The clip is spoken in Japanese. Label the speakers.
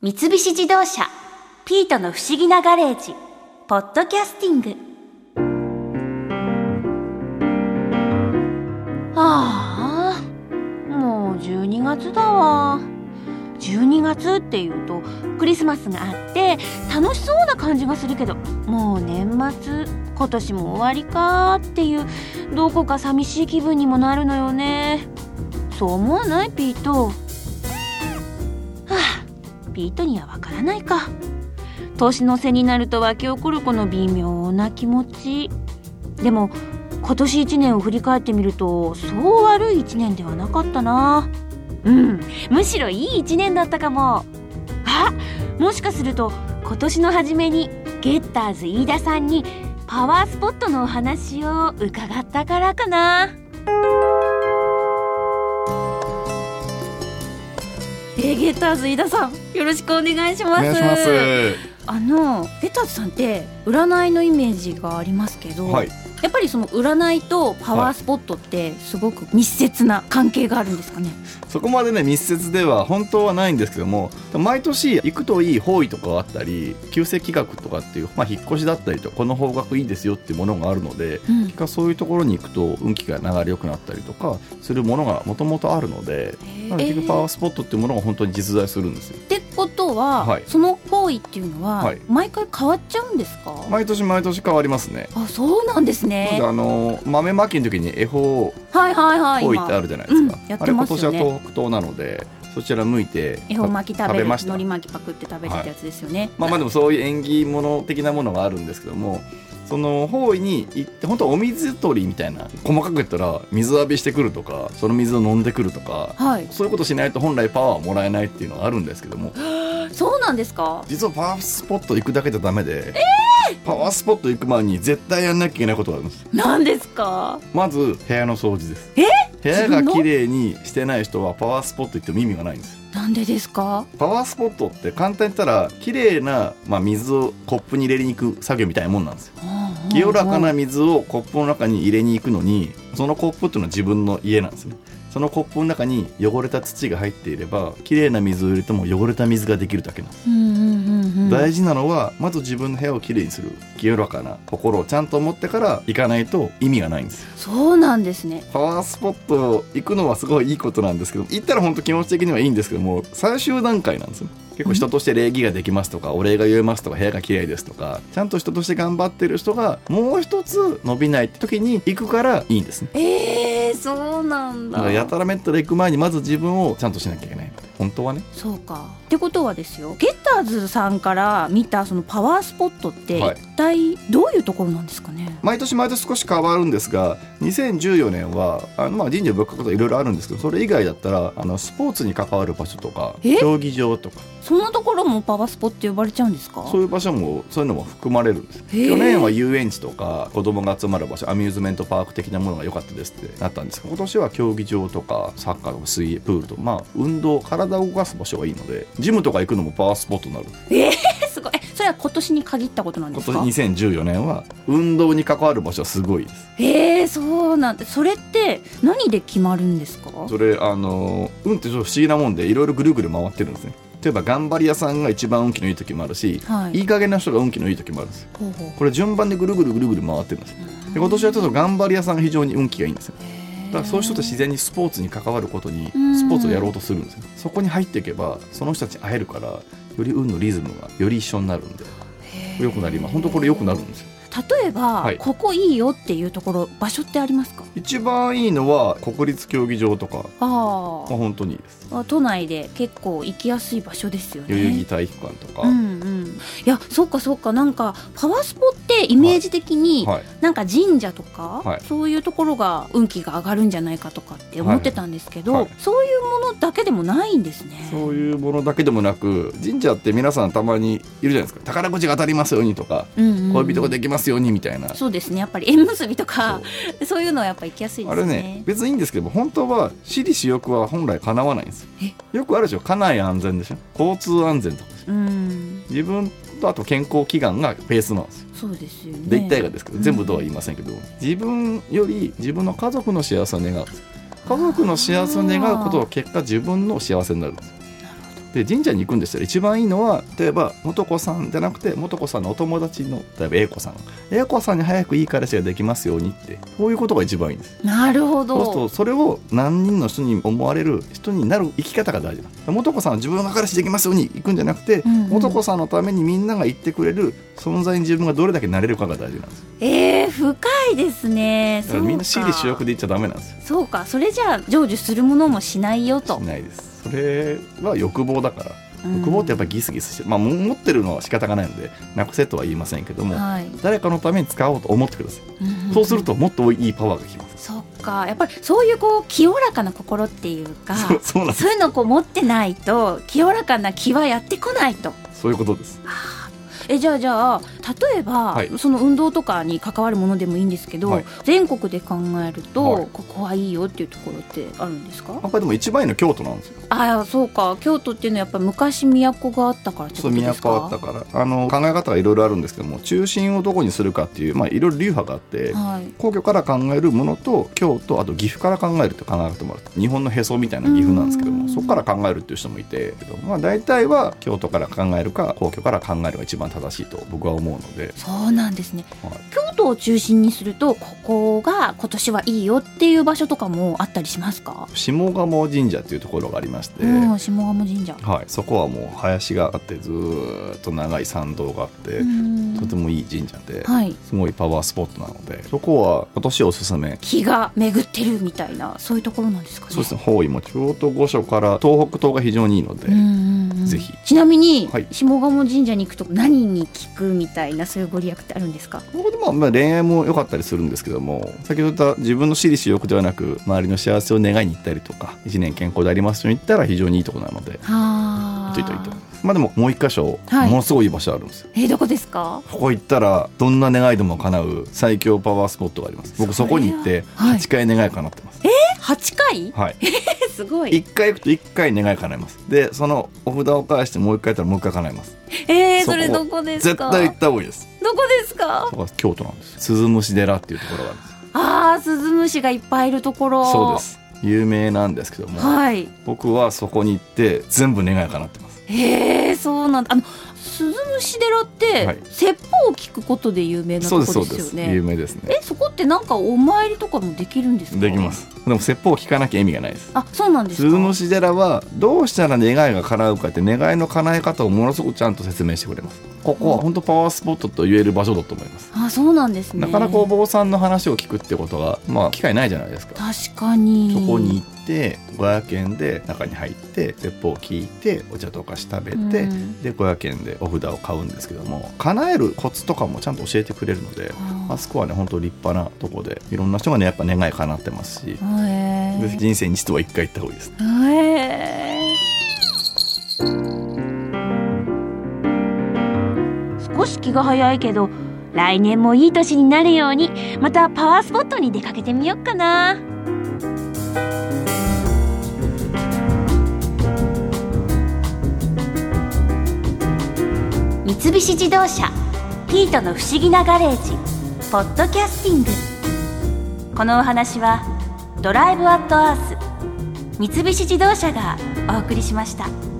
Speaker 1: 三菱自動車「ピートの不思議なガレージ」「ポッドキャスティング」ああもう12月だわ12月っていうとクリスマスがあって楽しそうな感じがするけどもう年末今年も終わりかっていうどこか寂しい気分にもなるのよねそう思わないピートはあピートにはわからないか年の瀬になると湧き起こるこの微妙な気持ちでも今年1年を振り返ってみるとそう悪い1年ではなかったなうんむしろいい1年だったかもあもしかすると今年の初めにゲッターズ飯田さんにパワースポットのお話を伺ったからかなえーゲッターズ飯田さんよろしくお願いし
Speaker 2: お
Speaker 1: ます
Speaker 2: 願いします。
Speaker 1: あのゲッターズさんって占いのイメージがありますけど、
Speaker 2: はい。
Speaker 1: やっぱりその占いとパワースポットってすごく密接な関係があるんですかね。
Speaker 2: そこまでね密接では本当はないんですけども毎年行くといい方位とかがあったり旧世企画とかっていう、まあ、引っ越しだったりとこの方角いいですよっていうものがあるので
Speaker 1: うん
Speaker 2: 結果そういうところに行くと運気が流れ良くなったりとかするものがもともとあるのでなので結局パワースポットっていうものが本当に実在するんですよ。
Speaker 1: ってことは、
Speaker 2: はい
Speaker 1: その方位っていうのは、
Speaker 2: はい
Speaker 1: 毎回変わっちゃうんですか、
Speaker 2: 毎年毎年変わりますね。
Speaker 1: あそうなんです
Speaker 2: なので
Speaker 1: ね。
Speaker 2: あの豆まきの時に恵方
Speaker 1: はいはいはい
Speaker 2: 方位
Speaker 1: 今
Speaker 2: ってあるじゃないですか、
Speaker 1: うんやっ
Speaker 2: あ
Speaker 1: て
Speaker 2: れ今
Speaker 1: ます
Speaker 2: 年
Speaker 1: よ
Speaker 2: は
Speaker 1: ね
Speaker 2: 東北東なのでそちら向いて
Speaker 1: 恵方巻き食べ
Speaker 2: 食
Speaker 1: る
Speaker 2: べまし
Speaker 1: 海
Speaker 2: た
Speaker 1: 苔巻きパクって食べるってやつですよね。
Speaker 2: まあまあでもそういう縁起物的なものがあるんですけどもその方位に行って本当はお水取りみたいな細かく言ったら水浴びしてくるとかその水を飲んでくるとか
Speaker 1: はい、
Speaker 2: そういうことしないと本来パワーをもらえないっていうのがあるんですけども
Speaker 1: そうなんですか
Speaker 2: 実はパワースポット行くだけじゃダメで、パワースポット行く前に絶対やんなきゃいけないことがあるんです
Speaker 1: なんですか
Speaker 2: まず部屋の掃除です部屋
Speaker 1: 自分
Speaker 2: が
Speaker 1: の
Speaker 2: 綺麗にしてない人はパワースポット行っても意味がないんです
Speaker 1: なんでですか
Speaker 2: パワースポットって簡単に言ったら綺麗なまあ、水をコップに入れに行く作業みたいなもんなんですよ清らかな水をコップの中に入れに行くのにそのコップっていうのは自分の家なんですねそのコップの中に汚れた土が入っていれば綺麗な水を入れても汚れた水ができるだけなんです、
Speaker 1: うんうんうんうん
Speaker 2: 大事なのはまず自分の部屋をきれいにする清らかな心をちゃんと持ってから行かないと意味がないんですよ
Speaker 1: そうなんですね。
Speaker 2: パワースポット行くのはすごいいいことなんですけど行ったら本当気持ち的にはいいんですけども最終段階なんですよ結構人として礼儀ができますとかお礼が言えますとか部屋が綺麗ですとかちゃんと人として頑張ってる人がもう一つ伸びないって時に行くからいいんですね
Speaker 1: えー、そうなん
Speaker 2: だからやたらめったら行く前にまず自分をちゃんとしなきゃいけない本当はね
Speaker 1: そうかってことはですよゲッターズさんから見たそのパワースポットって
Speaker 2: はい
Speaker 1: 一体どういうところなんですかね、
Speaker 2: 毎年毎年少し変わるんですが2014年はあのまあ神社仏閣とかいろいろあるんですけどそれ以外だったらあのスポーツに関わる場所とか
Speaker 1: え
Speaker 2: 競技場とか
Speaker 1: そんなところもパワースポット呼ばれちゃうんですか
Speaker 2: そういう場所もそういうのも含まれるんです
Speaker 1: へえ
Speaker 2: 去年は遊園地とか子供が集まる場所アミューズメントパーク的なものが良かったですってなったんですが今年は競技場とかサッカーとか水泳プールとかまあ運動体を動かす場所がいいのでジムとか行くのもパワースポットになる
Speaker 1: えー、すごいえそれは今年に限ったことなんで
Speaker 2: 今
Speaker 1: す
Speaker 2: 年
Speaker 1: か
Speaker 2: 2014年は運動に関わる場所はすごいです
Speaker 1: えー、そうなんだそれって何で決まるんですか
Speaker 2: それあの運ってちょっと不思議なもんでいろいろぐるぐる回ってるんですね例えば頑張り屋さんが一番運気のいい時もあるし
Speaker 1: はい
Speaker 2: いい加減な人が運気のいい時もあるんですよ
Speaker 1: ほうほう
Speaker 2: これ順番でぐるぐるぐるぐる回ってるんですで今年はちょっと頑張り屋さんが非常に運気がいいんですよだからそういう人って自然にスポーツに関わることに
Speaker 1: うん
Speaker 2: スポーツをやろうとするんですよそこに入っていけばその人たちに会えるからより運のリズムがより一緒になるんで良くなります本当これ良くなるんですよ
Speaker 1: 例えば、
Speaker 2: はい
Speaker 1: ここいいよっていうところ場所ってありますか
Speaker 2: 一番いいのは国立競技場とか、
Speaker 1: あ
Speaker 2: まあ、本当にいいです
Speaker 1: あ都内で結構行きやすい場所ですよね
Speaker 2: 代々木体育館とか、
Speaker 1: うんうん、いやそうかそうかなんかパワースポってイメージ的に、
Speaker 2: はい
Speaker 1: なんか神社とか、
Speaker 2: はい
Speaker 1: そういうところが運気が上がるんじゃないかとかって思ってたんですけど、
Speaker 2: はいはい
Speaker 1: そういうものだけでもないんですね。
Speaker 2: そういうものだけでもなく神社って皆さんたまにいるじゃないですか宝くじが当たりますようにとか
Speaker 1: うんうん
Speaker 2: 恋人ができますようにみたいな、
Speaker 1: そうですねやっぱり縁結びとか
Speaker 2: そう
Speaker 1: そういうのはやっぱ行きやすいで
Speaker 2: あ
Speaker 1: すね。
Speaker 2: れね別にいいんですけども本当は私利私欲は本来かなわないんですよよくあるでしょ家内安全でしょ交通安全とかでしょ
Speaker 1: うん
Speaker 2: 自分とあと健康祈願がベースなんですよ
Speaker 1: そうですよね。
Speaker 2: で一体がですけど全部とは言いませんけど自分より自分の家族の幸せを願うんですよ家族の幸せを願うことは結果自分の幸せになるんですよ
Speaker 1: なるほど
Speaker 2: で神社に行くんでしたら一番いいのは例えば元子さんじゃなくて元子さんのお友達の例えば A 子さん A 子さんに早くいい彼氏ができますようにってこういうことが一番いいんです
Speaker 1: なるほ
Speaker 2: そうする
Speaker 1: ど
Speaker 2: とそれを何人の人に思われる人になる生き方が大事なんです元子さんは自分が彼氏できますように行くんじゃなくて、
Speaker 1: うんうん
Speaker 2: 元子さんのためにみんなが言ってくれる存在に自分がどれだけなれるかが大事なんです
Speaker 1: えー、深いですね
Speaker 2: だ
Speaker 1: そ
Speaker 2: か
Speaker 1: う
Speaker 2: ら
Speaker 1: か
Speaker 2: みんな私利私欲で言っちゃダメなんですよ
Speaker 1: そうかそれじゃあ成就するものもしないよと
Speaker 2: しないですそれは欲望だから
Speaker 1: うん
Speaker 2: 欲望ってやっぱりギスギスしてる、まあ、も持ってるのは仕方がないのでなくせとは言いませんけども、
Speaker 1: はい
Speaker 2: 誰かのために使おうと思ってください、そうするともっといいパワーがきます、
Speaker 1: そっかやっぱりそういうこう清らかな心っていうか
Speaker 2: そうそうなんです
Speaker 1: そういうのをこう持ってないと清らかな気はやってこないと。
Speaker 2: そういうことです
Speaker 1: えじゃあじゃあ例えば、
Speaker 2: はい
Speaker 1: その運動とかに関わるものでもいいんですけど、
Speaker 2: はい
Speaker 1: 全国で考えると、
Speaker 2: はい
Speaker 1: ここはいいよっていうところってあるんですか
Speaker 2: やっぱりでも一番いいのは京都なんですよ
Speaker 1: ああそうか京都っていうのはやっぱり昔都があったからってこ
Speaker 2: そ
Speaker 1: と
Speaker 2: う
Speaker 1: で
Speaker 2: 宮
Speaker 1: すか
Speaker 2: 川あったからあの考え方がいろいろあるんですけども中心をどこにするかっていうまあいろいろ流派があって
Speaker 1: はい
Speaker 2: 皇居から考えるものと京都あと岐阜から考えるって考え方もある日本のへそみたいな岐阜なんですけど
Speaker 1: うん
Speaker 2: もそこから考えるっていう人もいてけどまあ大体は京都から考えるか皇居から考えるが一番正しいと僕は思うので、
Speaker 1: そうなんですね
Speaker 2: はい
Speaker 1: 京都を中心にするとここが今年はいいよっていう場所とかもあったりしますか、
Speaker 2: 下鴨神社っていうところがありまして、
Speaker 1: うん下鴨神社
Speaker 2: はい、そこはもう林があってずーっと長い参道があって、
Speaker 1: うん
Speaker 2: とてもいい神社で、
Speaker 1: はい
Speaker 2: すごいパワースポットなのでそこは今年おすすめ
Speaker 1: 気が巡ってるみたいなそういうところなんですかね
Speaker 2: そうですね方位も京都御所から東北東が非常にいいので、
Speaker 1: うんうんうん
Speaker 2: ぜひ
Speaker 1: ちなみに、
Speaker 2: はい
Speaker 1: 下鴨神社に行くと何に効くみたいなそういうご利益ってあるんですか
Speaker 2: ここでもまあ恋愛も良かったりするんですけども先ほど言った自分の私利私欲ではなく周りの幸せを願いに行ったりとか一年健康でありますように行ったら非常にいいとこなので
Speaker 1: は
Speaker 2: といといとまあでももう一箇所、
Speaker 1: はい
Speaker 2: ものすごいいい場所あるんですよ
Speaker 1: えーどこですか
Speaker 2: ここ行ったらどんな願いでも叶う最強パワースポットがあります僕
Speaker 1: そ
Speaker 2: そ
Speaker 1: れは
Speaker 2: こに行って
Speaker 1: はい
Speaker 2: 8回願い叶ってます、
Speaker 1: え8回
Speaker 2: はい、
Speaker 1: すごい
Speaker 2: 1回行くと1回願い叶えますでそのお札を返してもう1回やったらもう1回叶えます
Speaker 1: えー、
Speaker 2: そこ
Speaker 1: それどこです
Speaker 2: 絶
Speaker 1: か
Speaker 2: 対行った方がいいです
Speaker 1: どこですか
Speaker 2: そこは京都なんです鈴虫寺っていうところがあるんです
Speaker 1: あースズムシがいっぱいいるところ
Speaker 2: そうです有名なんですけども
Speaker 1: はい
Speaker 2: 僕はそこに行って全部願い叶ってます
Speaker 1: へえー、そうなんだあのスズムシ寺って、
Speaker 2: はい
Speaker 1: 説法を聞くことで有名なと
Speaker 2: そ
Speaker 1: こ
Speaker 2: う
Speaker 1: ろ
Speaker 2: で
Speaker 1: ですす
Speaker 2: そ
Speaker 1: よ
Speaker 2: うです
Speaker 1: ね
Speaker 2: 有名ですね
Speaker 1: えそこってなんかお参りとかもできるんですか
Speaker 2: できますでも説法を聞かなきゃ意味がないです
Speaker 1: あそうなんですか
Speaker 2: 鈴虫寺はどうしたら願いが叶うかって願いの叶え方をものすごくちゃんと説明してくれますここは本当パワースポットと言える場所だと思います
Speaker 1: あそうなんですね
Speaker 2: なかなかお坊さんの話を聞くってことがまあ機会ないじゃないですか
Speaker 1: 確かに
Speaker 2: そこに行って500円で中に入って説法を聞いてお茶とお菓子食べて、
Speaker 1: うん
Speaker 2: で500円でお札を買うんですけども叶えるコツとかもちゃんと教えてくれるのであ
Speaker 1: あ
Speaker 2: そこはね本当立派なとこでいろんな人がねやっぱ願い叶ってますし
Speaker 1: ーへ
Speaker 2: ぜひ
Speaker 1: ー
Speaker 2: 人生に一度は一回行った方がいいです
Speaker 1: へー少し気が早いけど来年もいい年になるようにまたパワースポットに出かけてみようかな三菱自動車ピートの不思議なガレージポッドキャスティングこのお話はドライブアットアース三菱自動車がお送りしました。